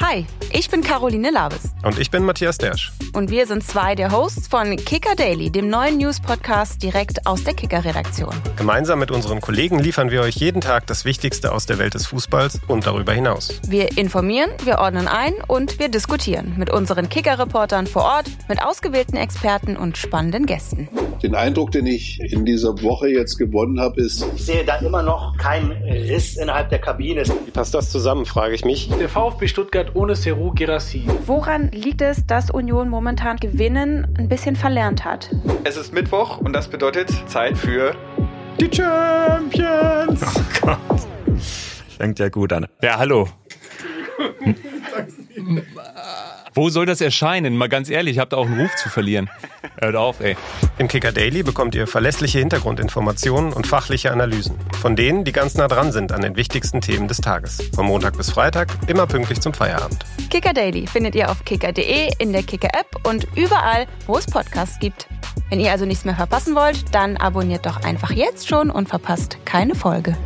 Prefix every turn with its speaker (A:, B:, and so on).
A: Hi, ich bin Caroline Labes
B: Und ich bin Matthias Dersch.
A: und wir sind zwei der Hosts von Kicker Daily, dem neuen News-Podcast direkt aus der Kicker-Redaktion.
B: Gemeinsam mit unseren Kollegen liefern wir euch jeden Tag das Wichtigste aus der Welt des Fußballs und darüber hinaus.
A: Wir informieren, wir ordnen ein und wir diskutieren mit unseren Kicker-Reportern vor Ort, mit ausgewählten Experten und spannenden Gästen.
C: Den Eindruck, den ich in dieser Woche jetzt gewonnen habe, ist,
D: Ich sehe da immer noch keinen Riss innerhalb der Kabine.
B: Wie passt das zusammen, frage ich mich.
E: Der VfB Stuttgart ohne Seru Girassi.
A: Woran liegt es, dass Union momentan Gewinnen ein bisschen verlernt hat?
F: Es ist Mittwoch und das bedeutet Zeit für
G: Die Champions! Oh Gott.
H: Fängt ja gut an.
G: Ja, hallo. Wo soll das erscheinen? Mal ganz ehrlich, ich hab da auch einen Ruf zu verlieren. Hört auf, ey.
B: Im Kicker Daily bekommt ihr verlässliche Hintergrundinformationen und fachliche Analysen. Von denen, die ganz nah dran sind an den wichtigsten Themen des Tages. Von Montag bis Freitag, immer pünktlich zum Feierabend.
A: Kicker Daily findet ihr auf kicker.de, in der Kicker App und überall, wo es Podcasts gibt. Wenn ihr also nichts mehr verpassen wollt, dann abonniert doch einfach jetzt schon und verpasst keine Folge.